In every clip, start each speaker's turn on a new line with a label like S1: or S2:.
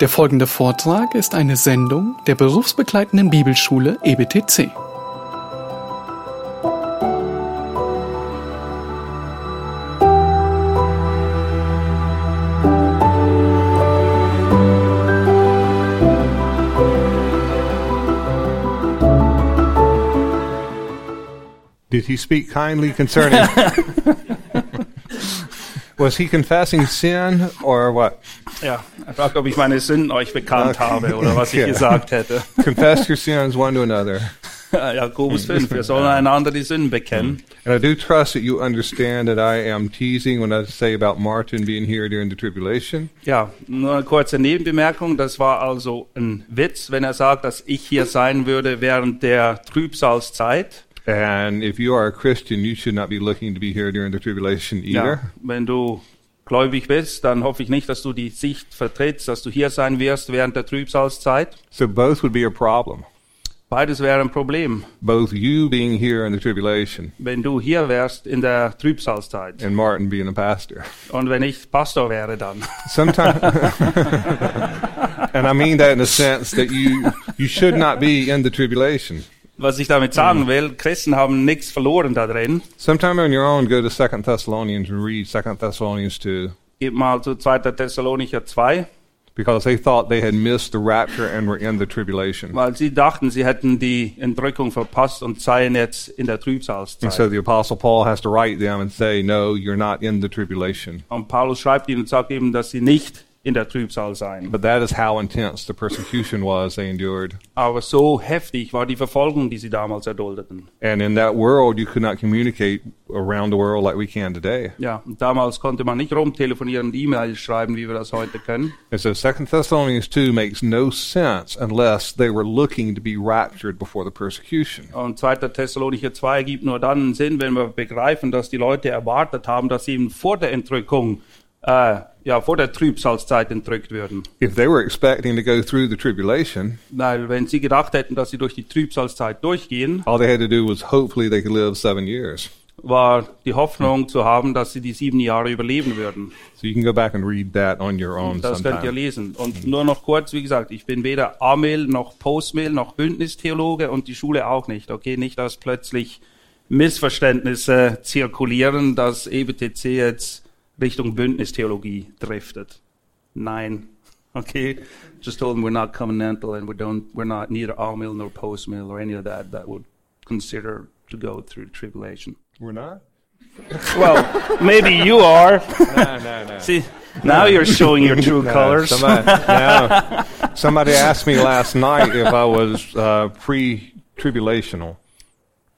S1: Der folgende Vortrag ist eine Sendung der berufsbegleitenden Bibelschule E EBTC.
S2: Did he speak kindly concerning? Was he confessing sin or what?
S3: Ja, einfach, ob ich meine Sünden euch bekannt
S2: Okay.
S3: habe oder was ich
S2: Ja.
S3: gesagt hätte.
S2: Confess your sins one to another.
S3: Jakobus 5, wir sollen einander die Sünden bekennen.
S2: And I do trust that you understand that I am teasing when I say about Martin being here during the tribulation.
S3: Ja, nur eine kurze Nebenbemerkung. Das war also ein Witz, wenn er sagt, dass ich hier sein würde während der Trübsalzeit.
S2: And if you are a Christian, you should not be looking to be here during the tribulation
S3: Ja,
S2: either.
S3: wenn du gläubig bist, dann hoffe ich nicht, dass du die Sicht vertrittst, dass du hier sein wirst während der Trübsalzeit.
S2: So both would be a problem.
S3: Beides wäre ein Problem,
S2: Both you being here in the tribulation
S3: wenn du hier wärst in der Trübsalzeit
S2: and Martin being a pastor.
S3: und wenn ich Pastor wäre dann.
S2: Sometimes, and I mean that in the sense that you you should not be in the tribulation.
S3: Was ich damit sagen will, Christen haben nichts verloren da drin.
S2: Sometime on your own, go to Second Thessalonians and read Second Thessalonians two,
S3: Geht mal zu 2. Thessalonicher 2,
S2: because they thought they had missed the rapture and were in the tribulation.
S3: weil sie dachten, sie hätten die Entrückung verpasst und seien jetzt in der
S2: And so
S3: Trübsalzeit.
S2: the Apostle Paul has to write them and say, "No, you're not in the tribulation."
S3: Und Paulus schreibt ihnen und sagt eben, dass sie nicht in der Trübsal seien.
S2: But that is how intense the persecution was they endured.
S3: Aber so heftig war die Verfolgung, die sie damals erduldeten.
S2: And in that world, you could not communicate around the world like we can today.
S3: Ja, und damals konnte man nicht rumtelefonieren und E-Mails schreiben, wie wir das heute können.
S2: And so Second Thessalonians two makes no sense unless they were looking to be raptured before the persecution.
S3: Und 2. Thessalonicher 2 gibt nur dann einen Sinn, wenn wir begreifen, dass die Leute erwartet haben, dass sie eben vor der Entrückung, äh, ja, vor der Trübsalzeit entrückt würden.
S2: If they were expecting to go through the tribulation,
S3: Weil wenn sie gedacht hätten, dass sie durch die Trübsalzeit durchgehen,
S2: all they had to do was hopefully they could live seven years.
S3: war die Hoffnung zu haben, dass sie die sieben Jahre überleben würden.
S2: So you can go back and read that on your own
S3: Das könnt
S2: sometime.
S3: ihr lesen. Und nur noch kurz, wie gesagt, ich bin weder Amel noch Postmail noch Bündnistheologe und die Schule auch nicht. Okay, nicht, dass plötzlich Missverständnisse zirkulieren, dass E EBTC jetzt Richtung Bündnistheologie driftet. Nein. Okay, just told them we're not covenantal and we don't, we're not neither Amel nor Postmail or any of that that would consider to go through tribulation.
S2: We're not?
S3: Well, maybe you are.
S2: No, no, no.
S3: See, now you're showing your true colors.
S2: Somebody, no. Somebody asked me last night if I was uh, pre tribulational.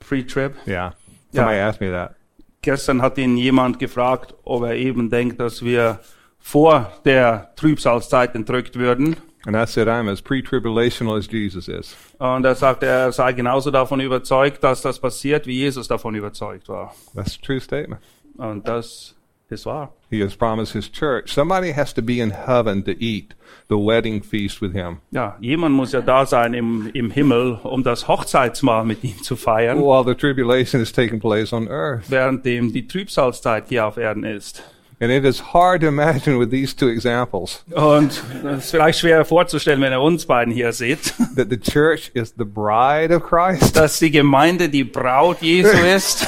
S3: Pre-Trip.
S2: Yeah. Somebody
S3: Yeah.
S2: asked me that.
S3: Gestern hat ihn jemand gefragt, ob er eben denkt, dass wir vor der Trübsalzeit entrückt würden.
S2: And I said, I'm as pre tribulational as Jesus is.
S3: Und er sagte, er sei genauso davon überzeugt, dass das passiert, wie Jesus davon überzeugt war.
S2: That's a true statement.
S3: Und das ist wahr.
S2: He has promised his church. Somebody has to be in heaven to eat the wedding feast with him.
S3: Ja, jemand muss ja da sein im, im Himmel, um das Hochzeitsmahl mit ihm zu feiern,
S2: While the tribulation is taking place on earth.
S3: währenddem die Trübsalzeit hier auf Erden ist.
S2: And it is hard to imagine with these two examples
S3: Und es ist vielleicht schwer vorzustellen, wenn ihr uns beiden hier seht,
S2: that the church is the bride of Christ.
S3: dass die Gemeinde die Braut Jesu ist.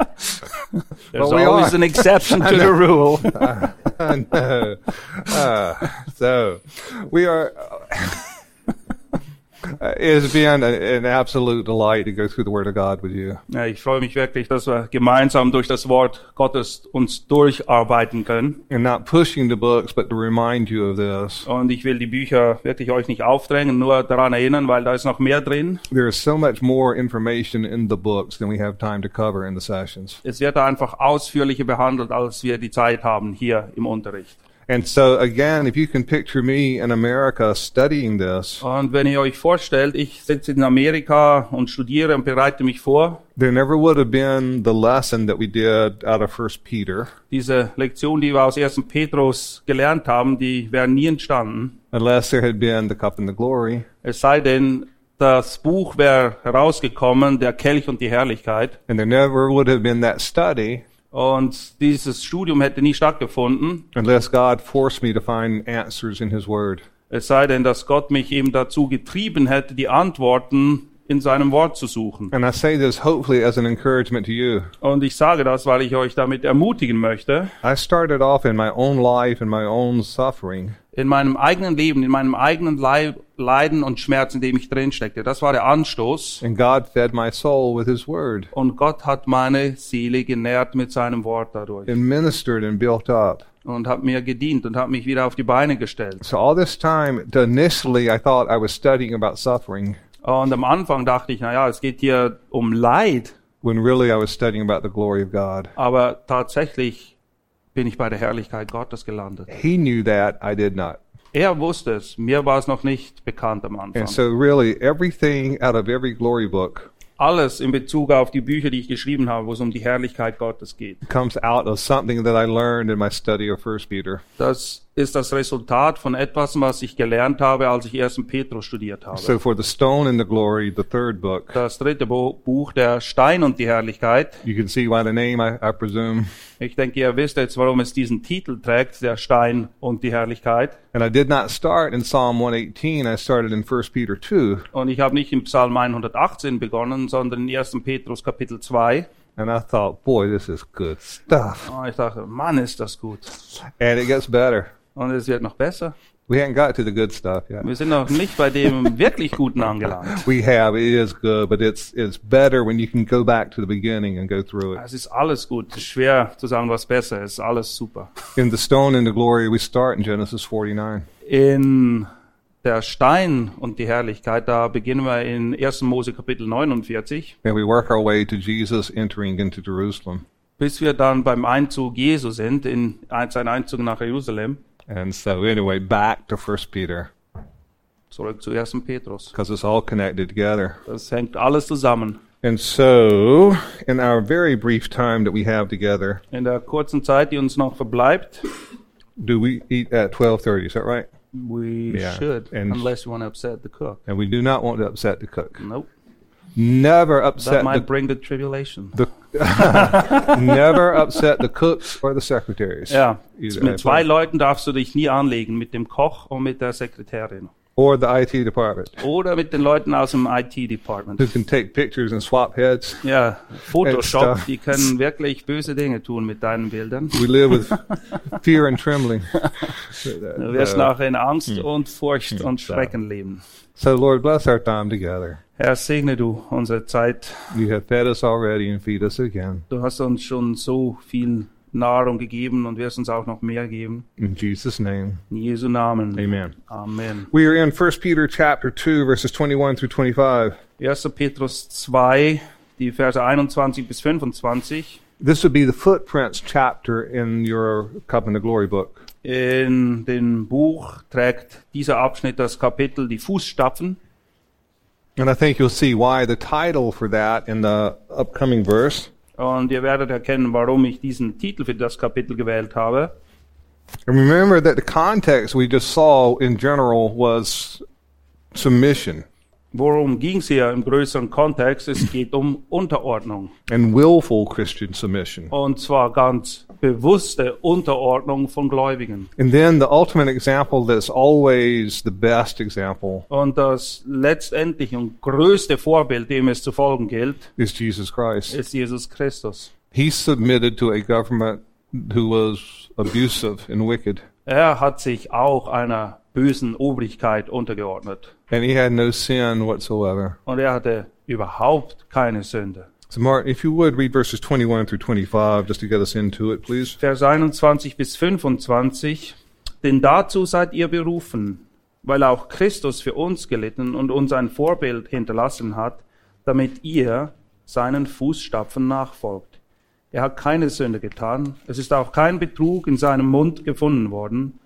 S3: There's
S2: Well, we
S3: always
S2: are.
S3: an exception to the rule.
S2: I know. Uh, so we are. uh, it has been an, an absolute delight to go through the Word of God with you.
S3: Ja, ich freue mich wirklich, dass wir gemeinsam durch das Wort Gottes uns durcharbeiten können.
S2: And not pushing the books, but to remind you of this.
S3: Und ich will die Bücher wirklich euch nicht aufdrängen, nur daran erinnern, weil da ist noch mehr drin.
S2: There is so much more information in the books than we have time to cover in the sessions.
S3: Es wird da einfach ausführlicher behandelt, als wir die Zeit haben hier im Unterricht.
S2: And so, again, if you can picture me in America studying this,
S3: Und wenn ihr euch vorstellt, ich sitze in Amerika und studiere und bereite mich vor,
S2: there never would have been the lesson that we did out of First Peter
S3: diese Lektion, die wir aus 1. Petrus gelernt haben, die wären nie entstanden.
S2: unless there had been the cup and the glory.
S3: Es sei denn, das Buch wäre herausgekommen, der Kelch und die Herrlichkeit.
S2: And there never would have been that study
S3: Und dieses Studium hätte nie stattgefunden,
S2: unless God forced me to find answers in His Word.
S3: es sei denn, dass Gott mich eben dazu getrieben hätte, die Antworten in seinem Wort zu suchen.
S2: And I say this hopefully as an encouragement to you.
S3: Und ich sage das, weil ich euch damit ermutigen möchte,
S2: I started off in my own life and my own suffering,
S3: in meinem eigenen Leben, in meinem eigenen Leib, Leiden und Schmerz, in dem ich drin steckte. Das war der Anstoß.
S2: and God fed my soul with His Word
S3: Und Gott hat meine Seele genährt mit seinem Wort dadurch
S2: and ministered and built up.
S3: und hat mir gedient und hat mich wieder auf die Beine gestellt.
S2: So all this time, initially, I thought I was studying about suffering
S3: Und am Anfang dachte ich, na ja, es geht hier um Leid,
S2: when really I was studying about the glory of God.
S3: aber tatsächlich bin ich bei der Herrlichkeit Gottes gelandet.
S2: He knew that, I did not.
S3: Er wusste es, mir war es noch nicht bekannt am Anfang.
S2: And so, really, everything out of every glory book
S3: Alles in Bezug auf die Bücher, die ich geschrieben habe, wo es um die Herrlichkeit Gottes geht.
S2: comes out of something that I learned in my study of First Peter.
S3: Das ist das Resultat von etwas, was ich gelernt habe, als ich erst in Petrus studiert habe.
S2: So, for the stone and the glory, the third book,
S3: Das dritte Bo- Buch, der Stein und die Herrlichkeit.
S2: you can see why the name, I, I presume.
S3: Ich denke, ihr wisst jetzt, warum es diesen Titel trägt, der Stein und die Herrlichkeit.
S2: And I did not start in Psalm 118. I started in 1 Peter 2.
S3: Und ich habe nicht im Psalm 118 begonnen, sondern in 1. Petrus Kapitel 2.
S2: And I thought, boy, this is good stuff.
S3: Und ich dachte, Mann, ist das gut.
S2: And it gets better.
S3: Und es wird noch besser.
S2: We haven't got to the good stuff yet.
S3: Wir sind noch nicht bei dem wirklich Guten angelangt.
S2: We have. It is good, but it's it's better when you can go back to the beginning and go through it.
S3: Es ist alles gut. Es ist Schwer zu sagen, was besser ist. Alles super.
S2: In the stone and the glory, we start in Genesis 49.
S3: In der Stein und die Herrlichkeit, da beginnen wir in 1. Mose Kapitel 49,
S2: And we work our way to Jesus entering into Jerusalem.
S3: bis wir dann beim Einzug Jesu sind, in sein Einzug nach Jerusalem,
S2: And so anyway, back to First Peter
S3: zurück zu 1. Petrus.
S2: because it's all connected together.
S3: Das hängt alles zusammen.
S2: And so, in our very brief time that we have together,
S3: In der kurzen Zeit, die uns noch verbleibt,
S2: do we eat at 12:30? Is that right?
S3: we
S2: Yeah,
S3: should,
S2: and-
S3: unless you want to upset the cook.
S2: And we do not want to upset the cook.
S3: Nope.
S2: Never
S3: That
S2: upset
S3: might
S2: the,
S3: bring the tribulation.
S2: never upset the cooks or the secretaries.
S3: Ja,
S2: Either-
S3: mit zwei Leuten darfst du dich nie anlegen, mit dem Koch und mit der Sekretärin.
S2: or the IT department
S3: Oder mit den Leuten aus dem
S2: who
S3: IT-Department.
S2: can take pictures and swap heads.
S3: Ja,
S2: And
S3: Photoshop,
S2: stuff.
S3: die können wirklich böse Dinge tun mit deinen Bildern.
S2: We live with fear and trembling.
S3: Du wirst nachher in Angst und Furcht und
S2: da.
S3: Schrecken leben.
S2: So Lord, bless our time together.
S3: Herr, segne du unsere Zeit.
S2: You have fed us already and feed us again.
S3: Du hast uns schon so viel Nahrung gegeben und wirst uns auch noch mehr geben.
S2: In Jesus' name,
S3: In Jesu Namen.
S2: amen.
S3: Amen.
S2: We are in 1 Peter chapter 2, verses 21 through 25.
S3: 1. Petrus 2, die Verse 21 bis 25.
S2: This would be the footprints chapter in your Covenant of Glory book.
S3: In dem Buch trägt dieser Abschnitt das Kapitel die Fußstapfen.
S2: And I think you'll see why the title for that in the upcoming verse.
S3: Und ihr werdet erkennen, warum ich diesen Titel für das Kapitel gewählt habe.
S2: And remember that the context we just saw in general was submission
S3: Worum ging es hier im größeren Kontext? Es geht um Unterordnung.
S2: and willful Christian submission.
S3: Und zwar ganz bewusste Unterordnung von Gläubigen.
S2: And then the ultimate example that's always the best example
S3: Und das letztendliche und größte Vorbild, dem es zu folgen gilt,
S2: is Jesus Christ.
S3: ist Jesus Christus.
S2: He submitted to a government who was abusive and wicked,
S3: Er hat sich auch einer bösen Obrigkeit untergeordnet.
S2: and he had no sin whatsoever.
S3: Und er hatte überhaupt keine Sünde.
S2: So, Martin, if you would read verses 21 through 25 just to get us into it, please.
S3: Vers 21 bis 25. Denn dazu seid ihr berufen, weil auch Christus für uns gelitten und uns ein Vorbild hinterlassen hat, damit ihr seinen Fußstapfen nachfolgt. Er hat keine Sünde getan, es ist auch kein Betrug in seinem Mund gefunden worden.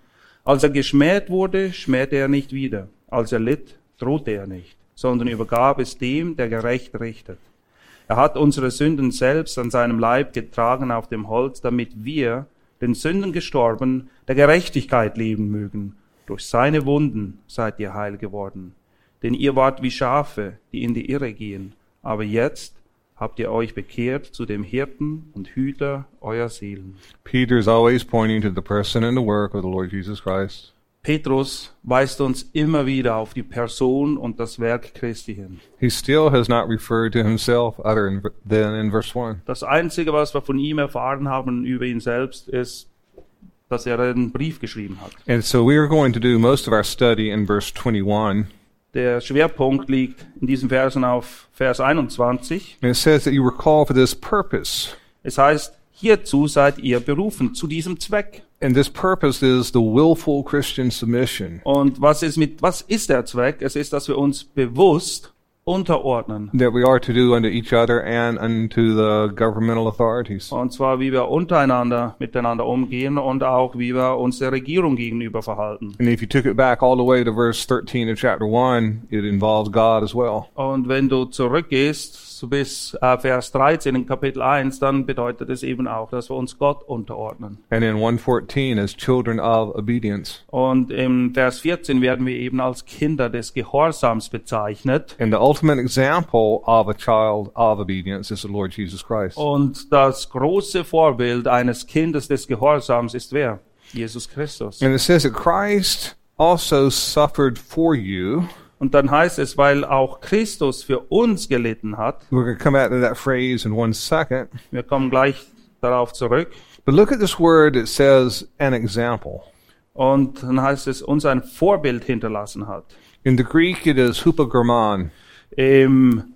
S3: Als er geschmäht wurde, schmähte er nicht wieder. Als er litt, drohte er nicht, sondern übergab es dem, der gerecht richtet. Er hat unsere Sünden selbst an seinem Leib getragen auf dem Holz, damit wir, den Sünden gestorben, der Gerechtigkeit leben mögen. Durch seine Wunden seid ihr heil geworden. Denn ihr wart wie Schafe, die in die Irre gehen. Aber jetzt habt ihr euch bekehrt zu dem Hirten und Hüter eurer Seelen.
S2: Peter is always pointing to the person and the work of the Lord Jesus Christ.
S3: Petrus weist uns immer wieder auf die Person und das Werk Christi hin.
S2: He still has not referred to himself other in, than in verse 1.
S3: Das Einzige, was wir von ihm erfahren haben über ihn selbst, ist, dass er einen Brief geschrieben hat.
S2: And so we are going to do most of our study in verse 21.
S3: Der Schwerpunkt liegt in diesen Versen auf Vers 21.
S2: And it says that you were called for this purpose.
S3: Es heißt, hierzu seid ihr berufen, zu diesem Zweck.
S2: And this purpose is the willful Christian submission.
S3: Und was ist mit, was ist der Zweck? Es ist, dass wir uns bewusst unterordnen.
S2: that we are to do unto each other and unto the governmental authorities.
S3: Und zwar, wie wir untereinander miteinander umgehen und auch, wie wir uns der Regierung gegenüber verhalten.
S2: And if you took it back all the way to verse 13 of chapter 1, it involves God as well.
S3: Und wenn du zurückgehst bis äh, Vers 13 in Kapitel 1, dann bedeutet es eben auch, dass wir uns Gott unterordnen.
S2: And in 114, as children of obedience.
S3: Und im Vers 14 werden wir eben als Kinder des Gehorsams bezeichnet.
S2: And the ultimate example of a child of obedience is the Lord Jesus Christ.
S3: Und das große Vorbild eines Kindes des Gehorsams ist wer? Jesus Christus.
S2: And it says that Christ also suffered for you.
S3: Und dann heißt es, weil auch Christus für uns gelitten hat.
S2: We're going to come back to that phrase in one second.
S3: Wir kommen gleich darauf zurück.
S2: But look at this word that says an example.
S3: Und dann heißt es, uns ein Vorbild hinterlassen hat.
S2: In the Greek, it is hupogermon.
S3: Im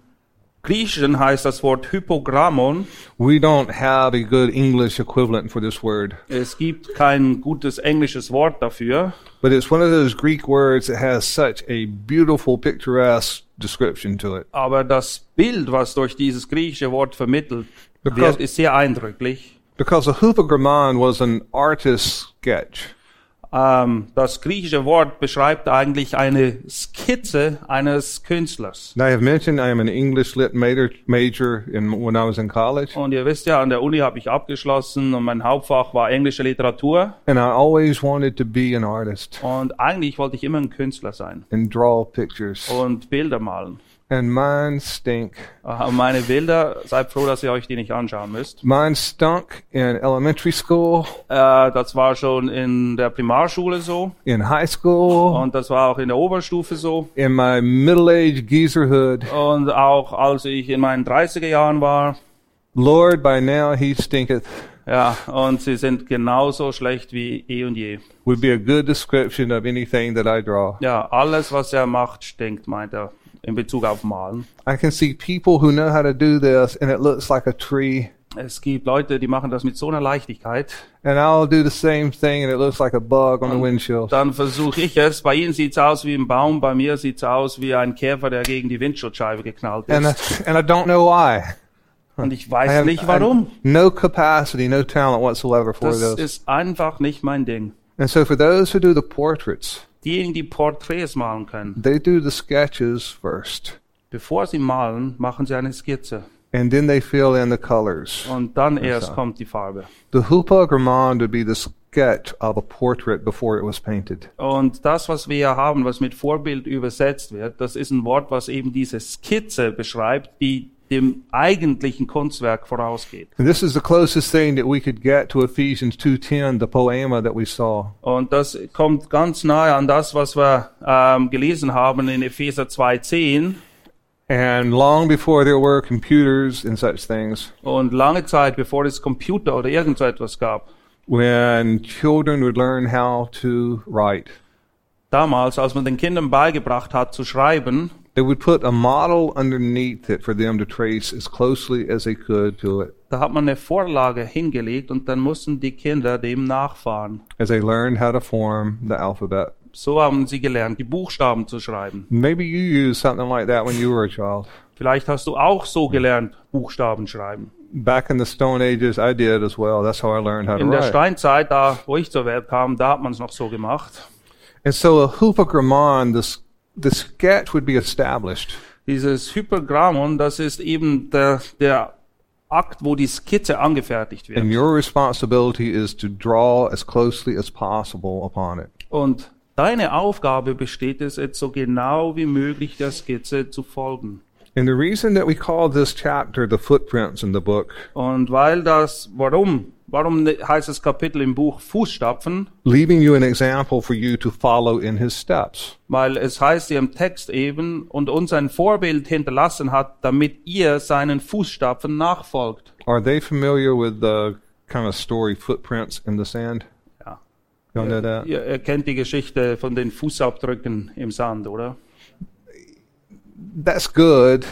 S3: Griechischen heißt das Wort Hypogrammon.
S2: We don't have a good English equivalent for this word,
S3: Es gibt kein gutes englisches Wort dafür.
S2: but it's one of those Greek words that has such a beautiful, picturesque description to it.
S3: Aber das Bild, was durch dieses griechische Wort vermittelt
S2: Because-
S3: wird, ist sehr eindrücklich.
S2: Because a hupogrammon was an artist's sketch.
S3: Ähm, das griechische Wort beschreibt eigentlich eine Skizze eines Künstlers.
S2: And I have mentioned I am an English lit major, major in, when I was in college,
S3: Und ihr wisst ja, an der Uni habe ich abgeschlossen und mein Hauptfach war englische Literatur.
S2: and I always wanted to be an artist
S3: Und eigentlich wollte ich immer ein Künstler sein
S2: and draw pictures.
S3: und Bilder malen.
S2: And mine stink.
S3: Aber meine Bilder, seid froh, dass ihr euch die nicht anschauen müsst.
S2: Mine stunk in elementary school,
S3: Äh, das war schon in der Primarschule so
S2: in high school,
S3: und das war auch in der Oberstufe so.
S2: in my middle aged geezerhood.
S3: Und auch als ich in meinen 30er Jahren war,
S2: Lord, by now he stinketh
S3: ja, und sie sind genauso schlecht wie eh und je.
S2: would be a good description of anything that I draw.
S3: Ja, alles, was er macht, stinkt, meint er, in Bezug auf Malen.
S2: I can see people who know how to do this and it looks like a tree.
S3: Es gibt Leute, die machen das mit so einer Leichtigkeit.
S2: And I'll do the same thing and it looks like a bug on the windshield.
S3: Dann versuche ich es. Bei ihnen sieht's aus wie ein Baum, bei mir sieht's aus wie ein Käfer, der gegen die Windschutzscheibe geknallt
S2: And I,
S3: ist.
S2: and I don't know why.
S3: Und ich
S2: I
S3: weiß
S2: have
S3: nicht
S2: I-
S3: warum.
S2: no capacity, no talent whatsoever for
S3: Das
S2: this.
S3: ist einfach nicht mein Ding.
S2: And so for those who do the portraits,
S3: Diejenigen, die Porträts malen können,
S2: they do the sketches first.
S3: bevor sie malen, machen sie eine Skizze.
S2: And then they fill in the colors.
S3: Und dann erst
S2: so.
S3: kommt die Farbe.
S2: The hupa gourmand would be the sketch of a portrait before it was painted.
S3: Und das, was wir hier haben, was mit Vorbild übersetzt wird, das ist ein Wort, was eben diese Skizze beschreibt, die dem eigentlichen Kunstwerk vorausgeht.
S2: And this is the closest thing that we could get to Ephesians 2:10, the poema that we saw.
S3: Und das kommt ganz nahe an das, was wir ähm, gelesen haben in Epheser 2.10.
S2: And long before there were computers and such things,
S3: Und lange Zeit, bevor es Computer oder irgend so etwas gab,
S2: when children would learn how to write,
S3: damals, als man den Kindern beigebracht hat zu schreiben,
S2: they would put a model underneath it for them to trace as closely as they could to it
S3: da hat man eine Vorlage hingelegt und dann mussten die Kinder dem nachfahren.
S2: as they learned how to form the alphabet.
S3: So haben sie gelernt, die Buchstaben zu schreiben.
S2: Maybe you used something like that when you were a child.
S3: Vielleicht hast du auch so gelernt, Buchstaben schreiben.
S2: Back in the Stone Ages, I did as well. That's how I learned how to
S3: In der
S2: write.
S3: Steinzeit, da wo ich zur Welt kam, da hat man es noch so gemacht.
S2: And so a hupagrammon, this the sketch would be established.
S3: Dieses Hypergrammon, das ist eben der, der Akt, wo die Skizze angefertigt
S2: And
S3: wird.
S2: your responsibility is to draw as closely as possible upon it.
S3: Und deine Aufgabe besteht es, jetzt so genau wie möglich der Skizze zu folgen.
S2: And the reason that we call this chapter the footprints in the book,
S3: Und weil das, warum? Warum ne- heißt das Kapitel im Buch Fußstapfen?
S2: leaving you an example for you to follow in his steps.
S3: Weil es heißt ja im Text eben, und uns ein Vorbild hinterlassen hat, damit ihr seinen Fußstapfen nachfolgt.
S2: Are they familiar with the kind of story footprints in the sand?
S3: Ja.
S2: Y'all know that?
S3: Ihr, ihr kennt die Geschichte von den Fußabdrücken im Sand, oder?
S2: That's good,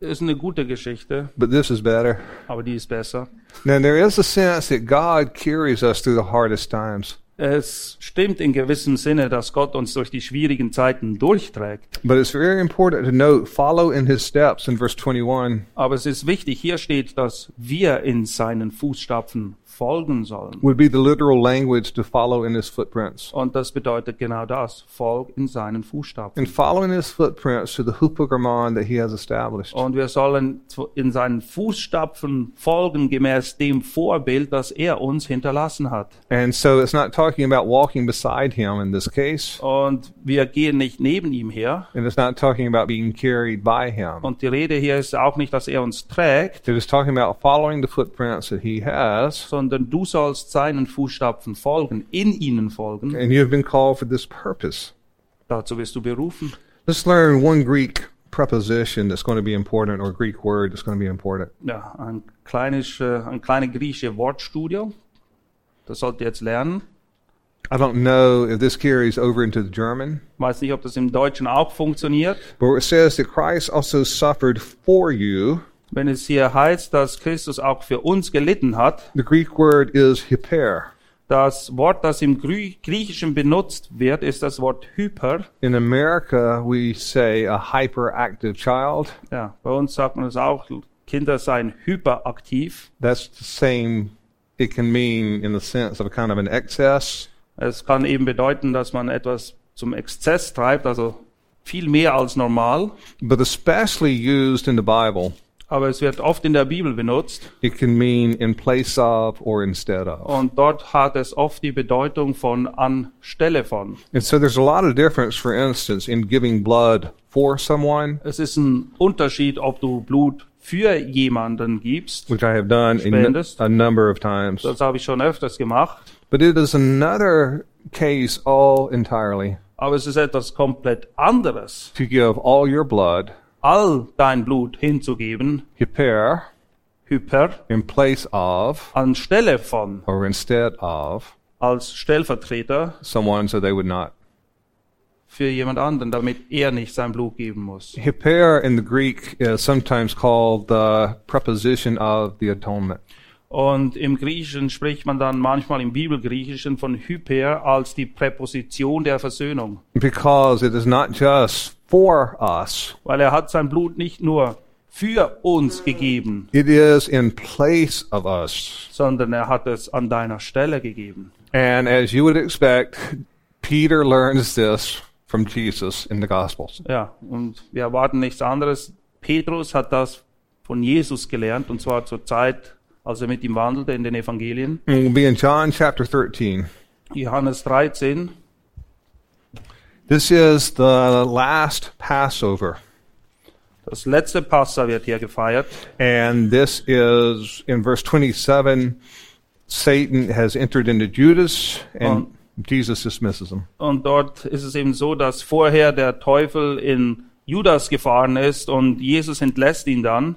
S3: Ist eine gute Geschichte,
S2: but this is better.
S3: aber die ist besser.
S2: Now, there is a sense that God carries us through the hardest times,
S3: Es stimmt in gewissem Sinne, dass Gott uns durch die schwierigen Zeiten durchträgt.
S2: but it's very important to note follow in his steps in verse 21,
S3: Aber es ist wichtig, hier steht, dass wir in seinen Fußstapfen folgen sollen.
S2: would be the literal language to follow in his footprints.
S3: Und das bedeutet genau das. Folg in seinen Fußstapfen.
S2: And following his footprints to the hupagrammon that he has established.
S3: Und wir sollen zu- in seinen Fußstapfen folgen gemäß dem Vorbild, das er uns hinterlassen hat.
S2: And so it's not talking about walking beside him in this case,
S3: Und wir gehen nicht neben ihm her.
S2: and it's not talking about being carried by him.
S3: Und die Rede hier ist auch nicht, dass er uns trägt,
S2: It is talking about following the footprints that he has,
S3: sondern du sollst seinen Fußstapfen folgen, in ihnen folgen.
S2: and you have been called for this purpose.
S3: Dazu wirst du berufen.
S2: Let's learn one Greek preposition that's going to be important, or Greek word that's going to be important.
S3: Ja, ein kleines, äh, ein kleine griechische Wortstudie. Das sollt ihr jetzt lernen.
S2: I don't know if this carries over into the German,
S3: Weiß nicht, ob das im Deutschen auch funktioniert.
S2: but it says that Christ also suffered for you.
S3: Wenn es hier heißt, dass Christus auch für uns gelitten hat,
S2: The Greek word is hyper.
S3: das Wort, das im Grü Griechischen benutzt wird, ist das Wort Hyper.
S2: In America, we say a hyperactive child.
S3: Ja, bei uns sagt man es auch, Kinder seien hyperaktiv.
S2: That's the same. It can mean in the sense of a kind of an excess.
S3: Es kann eben bedeuten, dass man etwas zum Exzess treibt, also viel mehr als normal.
S2: but especially used in the Bible.
S3: Aber es wird oft in der Bibel benutzt
S2: It can mean in place of or instead of.
S3: und dort hat es oft die Bedeutung von anstelle von.
S2: And so there's a lot of difference, for instance, in giving blood for someone,
S3: Es ist ein Unterschied, ob du Blut für jemanden gibst.
S2: which I have done a, nu-
S3: Spendest.
S2: a number of times.
S3: Das habe ich schon öfters gemacht.
S2: But it is another case all entirely
S3: Aber es ist etwas komplett anderes,
S2: to give all your blood,
S3: all dein Blut hinzugeben,
S2: hyper,
S3: hyper,
S2: in place of
S3: anstelle von,
S2: or instead of
S3: als Stellvertreter
S2: someone so they would not.
S3: für jemand anderen, damit er nicht sein Blut geben muss.
S2: Hyper in the Greek is sometimes called the preposition of the atonement.
S3: Und im Griechischen spricht man dann manchmal im Bibelgriechischen von hyper als die Präposition der Versöhnung.
S2: because it is not just for us,
S3: Weil er hat sein Blut nicht nur für uns gegeben,
S2: it is in place of us.
S3: sondern er hat es an deiner Stelle gegeben.
S2: And as you would expect, Peter learns this from Jesus in the Gospels.
S3: Ja, und wir erwarten nichts anderes. Petrus hat das von Jesus gelernt, und zwar zur Zeit, als er mit ihm wandelte in den Evangelien.
S2: And we'll be in John chapter 13.
S3: Johannes 13,
S2: This is the last Passover,
S3: das letzte Passa wird hier gefeiert.
S2: and this is in verse 27. Satan has entered into Judas, and Jesus dismisses him.
S3: Und dort ist es eben so, dass vorher der Teufel in Judas gefahren ist und Jesus entlässt ihn dann.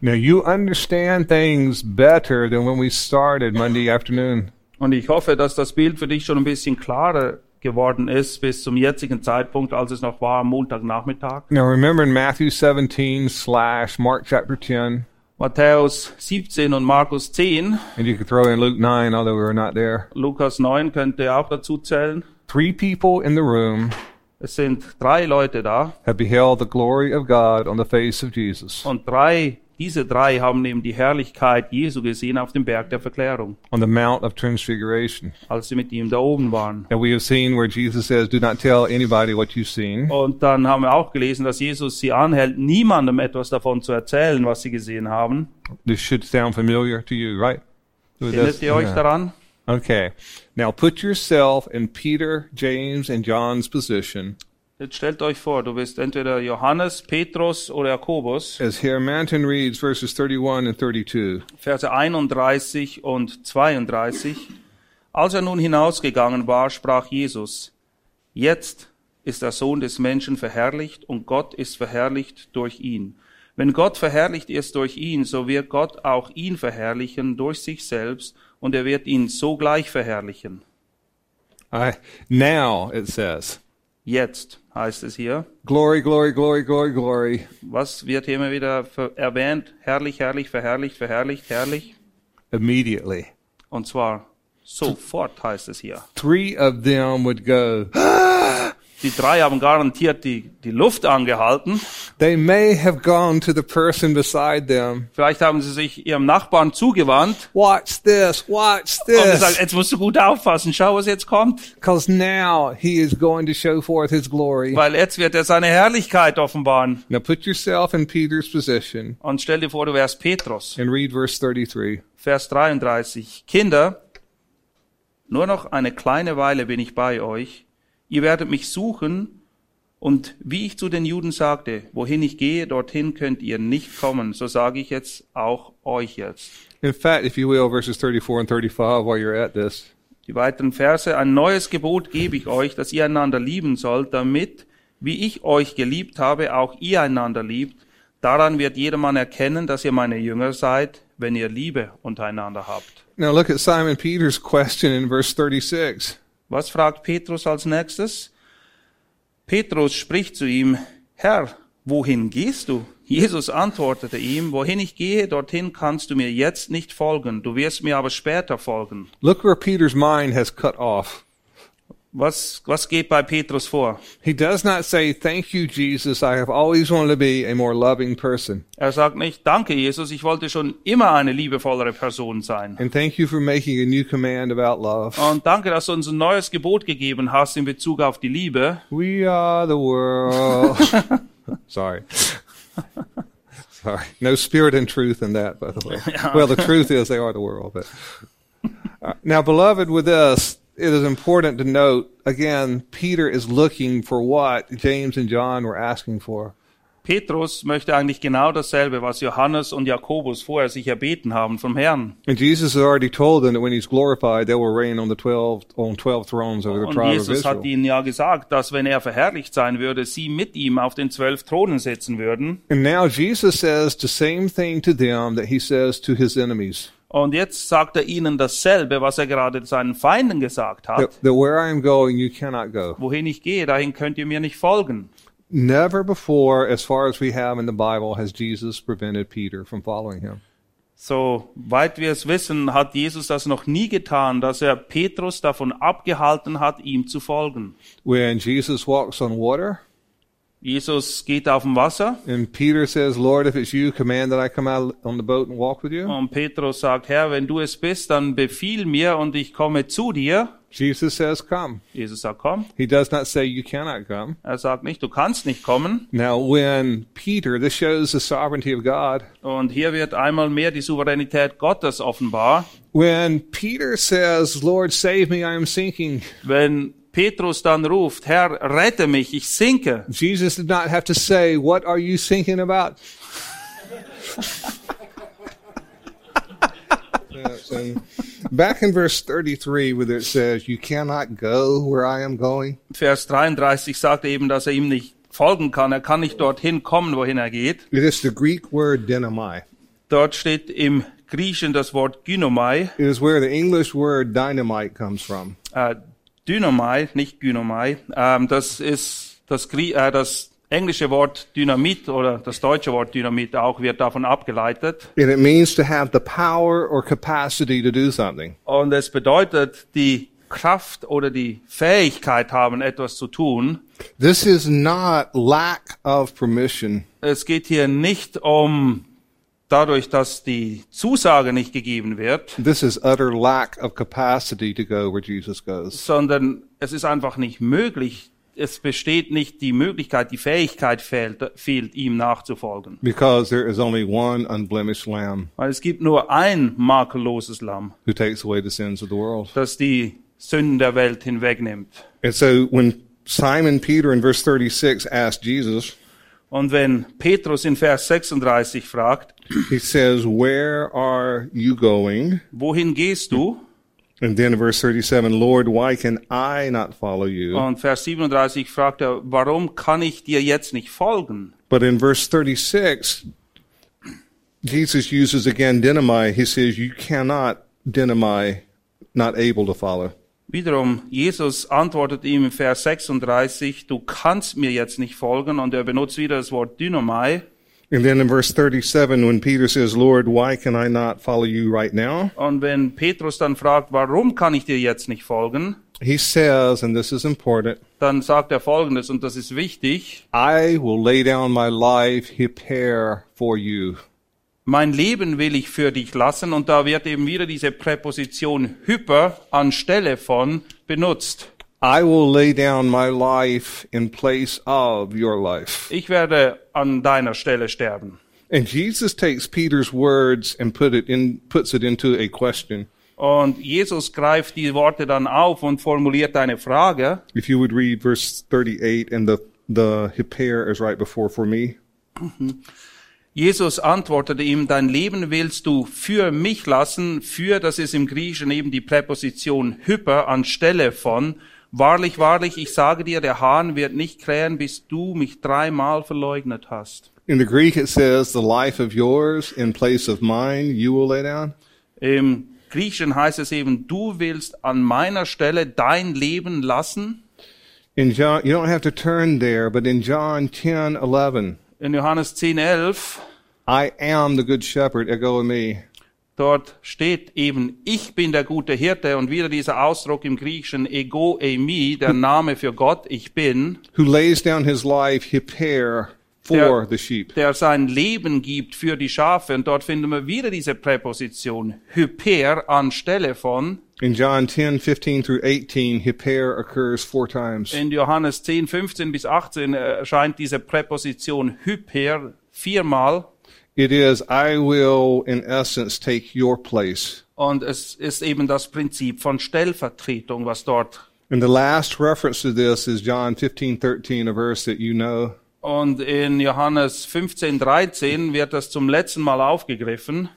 S2: Now, you understand things better than when we started Monday afternoon.
S3: Und ich hoffe, dass das Bild für dich schon ein bisschen klarer geworden ist bis zum jetzigen Zeitpunkt, als es noch war am Montagnachmittag.
S2: Now remember in Matthew 17 slash Mark chapter 10,
S3: Matthäus 17 und Markus 10
S2: and you could throw in Luke 9, although we were not there.
S3: Lukas 9 könnte auch dazu zählen.
S2: Three people in the room
S3: Es sind drei Leute da
S2: have beheld the glory of God on the face of Jesus.
S3: und drei, diese drei haben eben die Herrlichkeit Jesu gesehen auf dem Berg der Verklärung,
S2: On the Mount of Transfiguration.
S3: als sie mit ihm da oben waren.
S2: And we have seen where Jesus says, Do not tell anybody what you've seen.
S3: Und dann haben wir auch gelesen, dass Jesus sie anhält, niemandem etwas davon zu erzählen, was sie gesehen haben.
S2: This should sound familiar to you, right?
S3: Erinnert ihr euch
S2: Yeah.
S3: daran?
S2: Okay. Now put yourself in Peter, James, and John's position
S3: Jetzt stellt euch vor, du bist entweder Johannes, Petrus oder Jakobus,
S2: As Hermanton reads verses 31 and 32.
S3: Verse 31 und 32. Als er nun hinausgegangen war, sprach Jesus, jetzt ist der Sohn des Menschen verherrlicht und Gott ist verherrlicht durch ihn. Wenn Gott verherrlicht ist durch ihn, so wird Gott auch ihn verherrlichen durch sich selbst und er wird ihn sogleich verherrlichen.
S2: I, now, it says,
S3: Jetzt heißt es hier.
S2: glory, glory, glory, glory, glory.
S3: Was wird hier immer wieder ver- erwähnt? Herrlich, herrlich, verherrlicht, verherrlicht, herrlich.
S2: Immediately.
S3: Und zwar sofort heißt es hier.
S2: Three of them would go,
S3: Die drei haben garantiert die, die Luft angehalten.
S2: They may have gone to the person beside them.
S3: Vielleicht haben sie sich ihrem Nachbarn zugewandt
S2: Watch this, watch
S3: und gesagt,
S2: this.
S3: jetzt musst du gut aufpassen, schau, was jetzt kommt.
S2: Because now he is going to show forth his glory.
S3: Weil jetzt wird er seine Herrlichkeit offenbaren.
S2: Now put yourself in Peter's position
S3: Und stell dir vor, du wärst Petrus.
S2: and read verse 33.
S3: Vers 33. Kinder, nur noch eine kleine Weile bin ich bei euch. Ihr werdet mich suchen. Und wie ich zu den Juden sagte, wohin ich gehe, dorthin könnt ihr nicht kommen. So sage ich jetzt auch euch jetzt.
S2: In fact, if you will, verses 34 and 35 while you're at this.
S3: Die weiteren Verse. Ein neues Gebot gebe ich euch, dass ihr einander lieben sollt, damit, wie ich euch geliebt habe, auch ihr einander liebt. Daran wird jedermann erkennen, dass ihr meine Jünger seid, wenn ihr Liebe untereinander habt.
S2: Now look at Simon Peter's question in verse 36.
S3: Was fragt Petrus als nächstes? Petrus spricht zu ihm, Herr, wohin gehst du? Jesus antwortete ihm, wohin ich gehe, dorthin kannst du mir jetzt nicht folgen, du wirst mir aber später folgen.
S2: Look where Peter's mind has cut off.
S3: Was, was geht bei Petrus vor?
S2: He does not say, Thank you, Jesus. I have always wanted to be a more loving person.
S3: Er sagt nicht, danke Jesus, ich wollte schon immer eine liebevollere Person sein.
S2: And thank you for making a new command about love.
S3: Und danke, dass du uns ein neues Gebot gegeben hast in Bezug auf die Liebe.
S2: We are the world. Sorry. Sorry. No spirit and truth in that, by the way. Well, the truth is they are the world. But Uh, now, beloved, with this, it is important to note again, Peter is looking for what James and John were asking for.
S3: Petrus möchte eigentlich genau dasselbe, was Johannes und Jakobus vorher sich erbeten haben vom Herrn.
S2: And Jesus has already told them that when he's glorified, they will reign on the twelve on twelve thrones over the
S3: Und
S2: tribe of
S3: Jesus hat
S2: Israel.
S3: ihnen ja gesagt, dass wenn er verherrlicht sein würde, sie mit ihm auf den zwölf Thronen sitzen würden.
S2: And now Jesus says the same thing to them that he says to his enemies.
S3: Und jetzt sagt er ihnen dasselbe, was er gerade seinen Feinden gesagt hat.
S2: That, that where I am going, you cannot go.
S3: Wohin ich gehe, dahin könnt ihr mir nicht folgen.
S2: Never before, as far as we have in the Bible, has Jesus prevented Peter from following him.
S3: So weit wir es wissen, hat Jesus das noch nie getan, dass er Petrus davon abgehalten hat, ihm zu folgen.
S2: When Jesus walks on water
S3: Jesus geht auf dem Wasser
S2: and Peter says, Lord, if it's you, command that I come out on the boat and walk with you.
S3: und Petrus sagt, Herr, wenn du es bist, dann befiehl mir und ich komme zu dir.
S2: Jesus says, Come.
S3: Jesus sagt, komm.
S2: He does not say, You cannot come.
S3: Er sagt nicht, du kannst nicht kommen.
S2: Now, when Peter, this shows the sovereignty of God.
S3: Und hier wird einmal mehr die Souveränität Gottes offenbar.
S2: When Peter says, Lord, save me, I am sinking,
S3: Wenn Petrus dann ruft, Herr, rette mich, ich sinke.
S2: Jesus did not have to say, What are you sinking about? Yes, and Back in verse 33, where it says, You cannot go where I am going.
S3: Vers 33 sagt eben, dass er ihm nicht folgen kann. Er kann nicht dorthin kommen, wohin er geht.
S2: It is the Greek word dynamai.
S3: Dort steht im Griechen das Wort Gynomai,
S2: It is where the English word dynamite comes from.
S3: äh, Dynamai, nicht Gynomai. Ähm, das ist das, Grie äh, das englische Wort Dynamit oder das deutsche Wort Dynamit auch wird davon abgeleitet.
S2: And it means to have the power or capacity to do something.
S3: Und es bedeutet, die Kraft oder die Fähigkeit haben, etwas zu tun.
S2: This is not lack of permission.
S3: Es geht hier nicht um dadurch, dass die Zusage nicht gegeben wird,
S2: This is utter lack of capacity to go where Jesus goes.
S3: sondern es ist einfach nicht möglich. Es besteht nicht die Möglichkeit, die Fähigkeit fehlt, fehlt ihm nachzufolgen.
S2: Because there is only one unblemished lamb
S3: Weil es gibt nur ein makelloses Lamm,
S2: who takes away the sins of the world.
S3: das die Sünden der Welt hinwegnimmt.
S2: And so when Simon Peter in verse 36 asked Jesus,
S3: Und wenn Petrus in Vers 36 fragt,
S2: he says, Where are you going?
S3: wohin gehst du?
S2: And then in verse 37, Lord, why can I not follow you?
S3: Und Vers 37 fragt er, warum kann ich dir jetzt nicht folgen?
S2: But in verse 36, Jesus uses again denimai. He says, You cannot denimai, not able to follow.
S3: Wiederum, Jesus antwortet ihm in Vers 36, du kannst mir jetzt nicht folgen. Und er benutzt wieder das Wort Dynamai.
S2: And then in verse 37, when Peter says, Lord, why can I not follow you right now?
S3: Und wenn Petrus dann fragt, warum kann ich dir jetzt nicht folgen?
S2: He says, and this is important,
S3: Dann sagt er Folgendes, und das ist wichtig.
S2: I will lay down my life hyper for you.
S3: Mein Leben will ich für dich lassen. Und da wird eben wieder diese Präposition hyper anstelle von benutzt.
S2: I will lay down my life in place of your life.
S3: Ich werde an deiner Stelle sterben.
S2: And Jesus takes Peter's words and put it in, puts it into a question.
S3: Und Jesus greift die Worte dann auf und formuliert eine Frage.
S2: If you would read verse 38 and the, the hyper is right before for me.
S3: Jesus antwortete ihm, dein Leben willst du für mich lassen, für, das ist im Griechischen eben die Präposition hyper anstelle von, wahrlich, wahrlich, ich sage dir, der Hahn wird nicht krähen, bis du mich dreimal verleugnet hast.
S2: In the Greek, it says, the life of yours in place of mine, you will lay down.
S3: Im Griechischen heißt es eben, du willst an meiner Stelle dein Leben lassen.
S2: In John, you don't have to turn there, but in John 10, 11,
S3: In Johannes 10, 11,
S2: I am the good shepherd, ego and me.
S3: Dort steht eben, ich bin der gute Hirte und wieder dieser Ausdruck im Griechischen ego eimi, der Name für Gott, ich bin,
S2: who lays down his life hyper for
S3: Yeah.
S2: the sheep.
S3: der sein Leben gibt für die Schafe. Und dort finden wir wieder diese Präposition hyper anstelle von.
S2: In John 10, 15 through 18, hyper occurs four times.
S3: In Johannes 10, 15 bis 18 erscheint diese Präposition hyper viermal.
S2: It is, I will, in essence, take your place.
S3: Und es ist eben das Prinzip von Stellvertretung, was dort
S2: And the last reference to this is John 15, 13, a verse that you know.
S3: und in Johannes 15, 13 wird das zum letzten Mal aufgegriffen.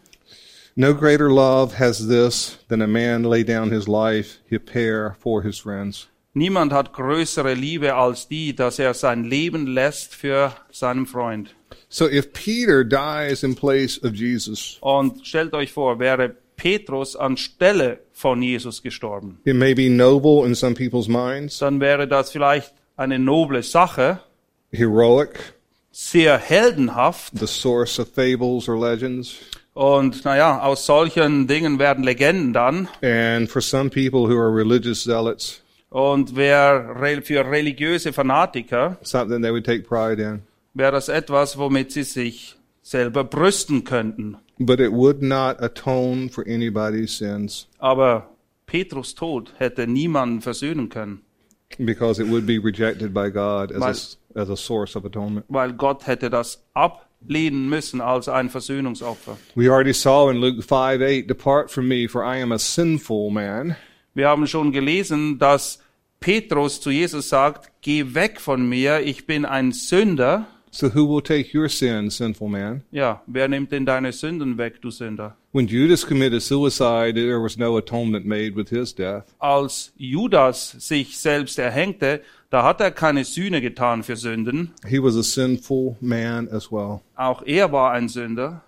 S2: No greater love has this than a man lay down his life hyper for his friends.
S3: Niemand hat größere Liebe als die, dass er sein Leben lässt für seinen Freund.
S2: So if Peter dies in place of Jesus,
S3: Und stellt euch vor, wäre Petrus anstelle von Jesus gestorben,
S2: it may be noble in some people's minds,
S3: dann wäre das vielleicht eine noble Sache,
S2: heroic,
S3: sehr heldenhaft.
S2: the source of fables or legends.
S3: Und naja, aus solchen Dingen werden Legenden dann.
S2: And for some people who are religious zealots,
S3: Und wer re- für religiöse Fanatiker,
S2: something they would take pride in.
S3: wäre das etwas, womit sie sich selber brüsten könnten.
S2: But it would not atone for anybody's sins
S3: Aber Petrus Tod hätte niemanden versöhnen können.
S2: because it would be rejected by God as, a
S3: My-
S2: s as a source of atonement.
S3: weil Gott hätte das ablehnen müssen als ein Versöhnungsopfer.
S2: We already saw in Luke 5 8, Depart from me, for I am a sinful man.
S3: Wir haben schon gelesen, dass Petrus zu Jesus sagt, geh weg von mir, ich bin ein Sünder.
S2: So who will take your sin, sinful man?
S3: Ja, wer nimmt denn deine Sünden weg, du Sünder?
S2: When Judas committed suicide, there was no atonement made with his death.
S3: Als Judas sich selbst erhängte, da hat er keine Sühne getan für Sünden.
S2: He was a sinful man as well.
S3: Auch er war ein Sünder.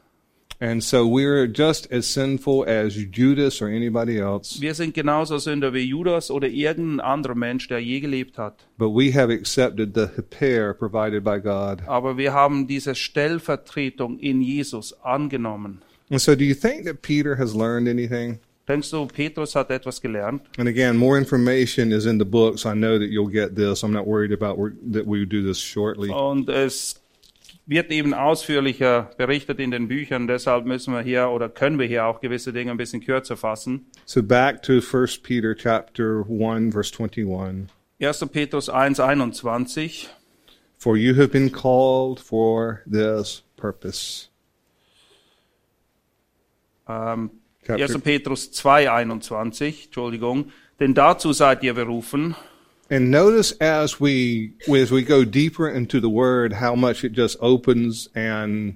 S2: And so we're just as sinful as Judas or anybody else.
S3: Wir sind genauso Sünder wie Judas oder irgendein anderer Mensch, der je gelebt hat.
S2: But we have accepted the hyper provided by God.
S3: Aber wir haben diese Stellvertretung in Jesus angenommen.
S2: And so, do you think that Peter has learned anything?
S3: Denkst du, Petrus hat etwas gelernt?
S2: And again, more information is in the book, so I know that you'll get this. I'm not worried about we that we do this shortly.
S3: Und es wird eben ausführlicher berichtet in den Büchern, deshalb müssen wir hier oder können wir hier auch gewisse Dinge ein bisschen kürzer fassen.
S2: So, back to First Peter chapter 1, verse 21.
S3: 1. Petrus 1, 21.
S2: For you have been called for this purpose.
S3: Ähm,
S2: Chapter,
S3: 1. Petrus 2, 21, Entschuldigung. Denn dazu seid ihr berufen,
S2: And notice as we as we go deeper into the word how much it just opens and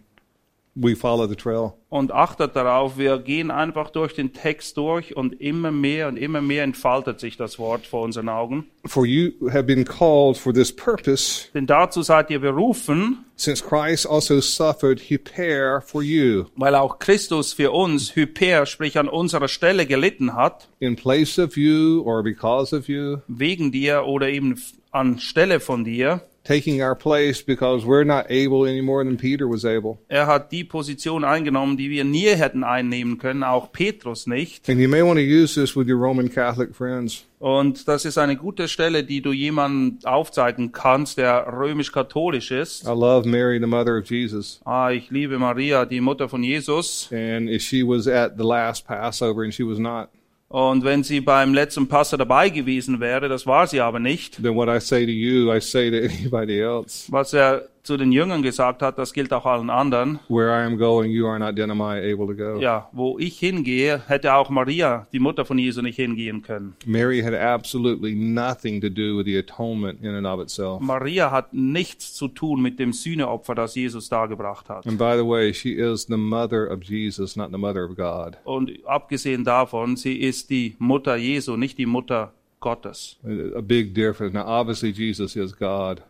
S2: we follow the trail.
S3: Und achtet darauf, wir gehen einfach durch den Text durch und immer mehr und immer mehr entfaltet sich das Wort vor unseren Augen.
S2: For you have been called for this purpose,
S3: Denn dazu seid ihr berufen,
S2: since Christ also suffered hyper for you,
S3: weil auch Christus für uns, Hyper, sprich an unserer Stelle gelitten hat,
S2: in place of you or because of you,
S3: wegen dir oder eben f- anstelle von dir.
S2: taking our place because we're not able any more than Peter was able.
S3: Er hat die Position eingenommen, die wir nie hätten einnehmen können, auch Petrus nicht.
S2: And you may want to use this with your Roman Catholic friends.
S3: Und das ist eine gute Stelle, die du jemandem aufzeigen kannst, der römisch-katholisch ist.
S2: I love Mary, the mother of Jesus.
S3: Ah, ich liebe Maria, die Mutter von Jesus.
S2: And if she was at the last Passover and she was not,
S3: Und wenn sie beim letzten Passe dabei gewesen wäre, das war sie aber nicht.
S2: then what I say to you, I say to anybody else.
S3: Was er zu den Jüngern gesagt hat, das gilt auch allen anderen.
S2: Where I am going, you are not denimai able to go.
S3: Ja, wo ich hingehe, hätte auch Maria, die Mutter von Jesu, nicht hingehen können.
S2: Mary had absolutely nothing to do with the atonement in and of itself.
S3: Maria hat nichts zu tun mit dem Sühneopfer, das Jesus dargebracht hat.
S2: And by the way, she is the mother of Jesus, not the mother of God.
S3: Und abgesehen davon, sie ist die Mutter Jesu, nicht die Mutter Gottes.
S2: A big difference. Now, obviously, Jesus is God,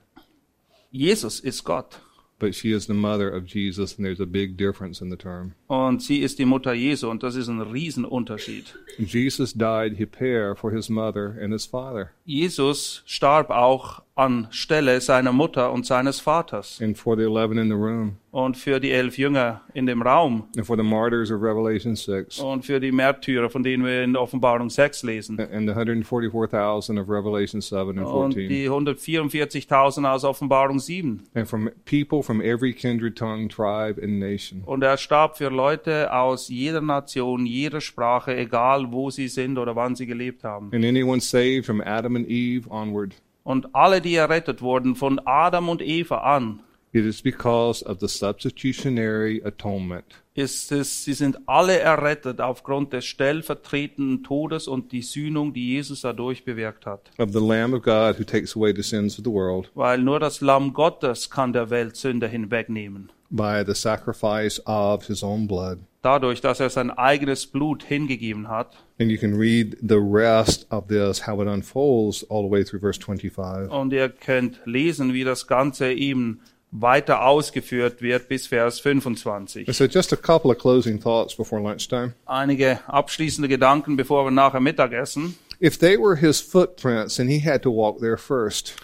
S3: Jesus ist Gott
S2: but she is the mother of Jesus, and there's a big difference in the term.
S3: und sie ist die Mutter Jesu und das ist ein Riesenunterschied.
S2: Jesus died hyper for his mother and his father,
S3: Jesus starb auch anstelle seiner Mutter und seines Vaters
S2: and for the 11 in the room,
S3: und für die elf Jünger in dem Raum
S2: and for the martyrs of Revelation 6,
S3: und für die Märtyrer, von denen wir in Offenbarung 6 lesen.
S2: and the 144,000 of Revelation 7 and
S3: Und
S2: 14.
S3: die 144.000 aus Offenbarung 7.
S2: and from people from every kindred tongue, tribe, and nation.
S3: Und er starb für Leute aus jeder Nation, jeder Sprache, egal wo sie sind oder wann sie gelebt haben.
S2: And anyone saved from Adam and Eve onward,
S3: Und alle, die errettet wurden, von Adam und Eva an,
S2: it is because of the substitutionary atonement.
S3: ist es, sie sind alle errettet aufgrund des stellvertretenden Todes und die Sühnung, die Jesus dadurch bewirkt hat.
S2: Of the Lamb of God who takes away the sins of the world
S3: Weil nur das Lamm Gottes kann der Welt Sünder hinwegnehmen.
S2: by the sacrifice of his own blood.
S3: Dadurch, dass er sein eigenes Blut hingegeben hat.
S2: And you can read the rest of this, how it unfolds all the way through verse 25.
S3: Und ihr könnt lesen, wie das Ganze eben weiter ausgeführt wird bis Vers 25.
S2: And so, just a couple of closing thoughts before lunchtime.
S3: einige abschließende Gedanken, bevor wir nachher Mittag essen.
S2: If they were his footprints and he had to walk there first,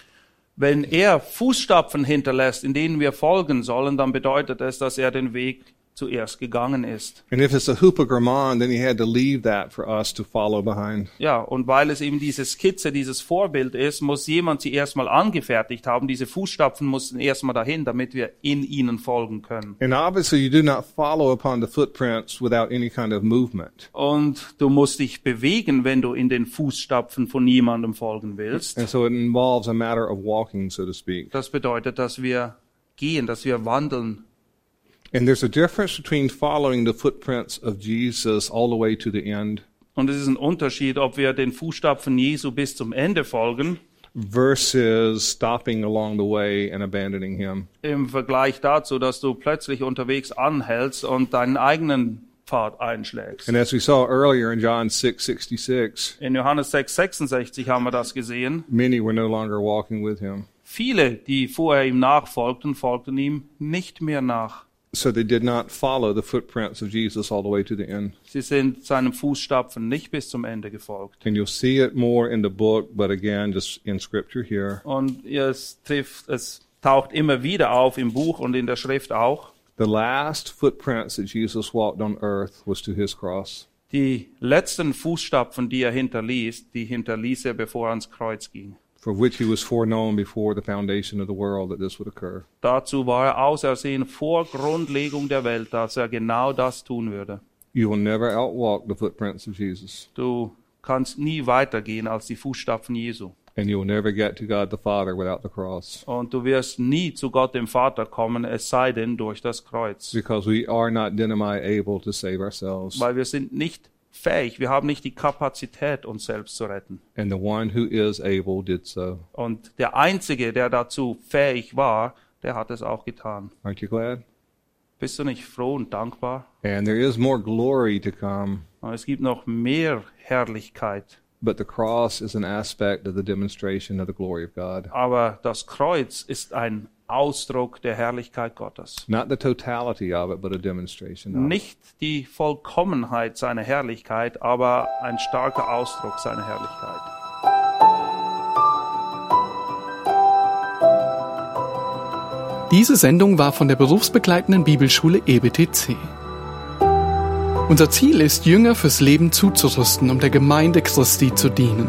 S3: Wenn er Fußstapfen hinterlässt, in denen wir folgen sollen, dann bedeutet es, dass er den Weg zuerst gegangen ist.
S2: And if it's a hoopagramon, then he had to leave that for us to follow behind.
S3: Ja, und weil es eben diese Skizze, dieses Vorbild ist, muss jemand sie erstmal angefertigt haben. Diese Fußstapfen mussten erstmal dahin, damit wir in ihnen folgen können.
S2: And obviously, you do not follow upon the footprints without any kind of movement.
S3: Und du musst dich bewegen, wenn du in den Fußstapfen von jemandem folgen willst.
S2: And so it involves a matter of walking, so to speak.
S3: Das bedeutet, dass wir gehen, dass wir wandeln
S2: And there's a difference between following the footprints of Jesus all the way to the end
S3: Und es ist ein Unterschied, ob wir den Fußstapfen Jesu bis zum Ende folgen,
S2: versus stopping along the way and abandoning him.
S3: im Vergleich dazu, dass du plötzlich unterwegs anhältst und deinen eigenen Pfad einschlägst.
S2: And as we saw earlier in John 6:66,
S3: In Johannes 6, 66 haben wir das gesehen.
S2: many were no longer walking with him.
S3: Viele, die vorher ihm nachfolgten, folgten ihm nicht mehr nach.
S2: So they did not follow the footprints of Jesus all the way to the end.
S3: Sie sind seinem Fußstapfen nicht bis zum Ende gefolgt.
S2: And you'll see it more in the book, but again, just in scripture here.
S3: Und es trifft, es taucht immer wieder auf im Buch und in der Schrift auch.
S2: The last footprints that Jesus walked on earth was to his cross.
S3: Die letzten Fußstapfen, die er hinterließ, die hinterließ er, bevor er ans Kreuz ging.
S2: For which he was foreknown before the foundation of the world that this would occur.
S3: Dazu war er ausersehen vor Grundlegung der Welt, dass er genau das tun würde.
S2: You will never outwalk the footprints of Jesus,
S3: Du kannst nie weitergehen als die Fußstapfen Jesu.
S2: and you will never get to God the Father without the cross,
S3: Und du wirst nie zu Gott dem Vater kommen, es sei denn durch das Kreuz.
S2: because we are not denimai able to save ourselves.
S3: Weil wir sind nicht fähig, wir haben nicht die Kapazität, uns selbst zu retten.
S2: and the one who is able did so.
S3: Und der Einzige, der dazu fähig war, der hat es auch getan.
S2: Aren't you glad?
S3: Bist du nicht froh und dankbar?
S2: And there is more glory to come,
S3: Und es gibt noch mehr Herrlichkeit.
S2: but the cross is an aspect of the demonstration of the glory of God.
S3: Aber das Kreuz ist ein Ausdruck der Herrlichkeit Gottes.
S2: Not the totality of it, but a demonstration of it.
S3: Nicht die Vollkommenheit seiner Herrlichkeit, aber ein starker Ausdruck seiner Herrlichkeit.
S1: Diese Sendung war von der berufsbegleitenden Bibelschule E EBTC. Unser Ziel ist, Jünger fürs Leben zuzurüsten, um der Gemeinde Christi zu dienen.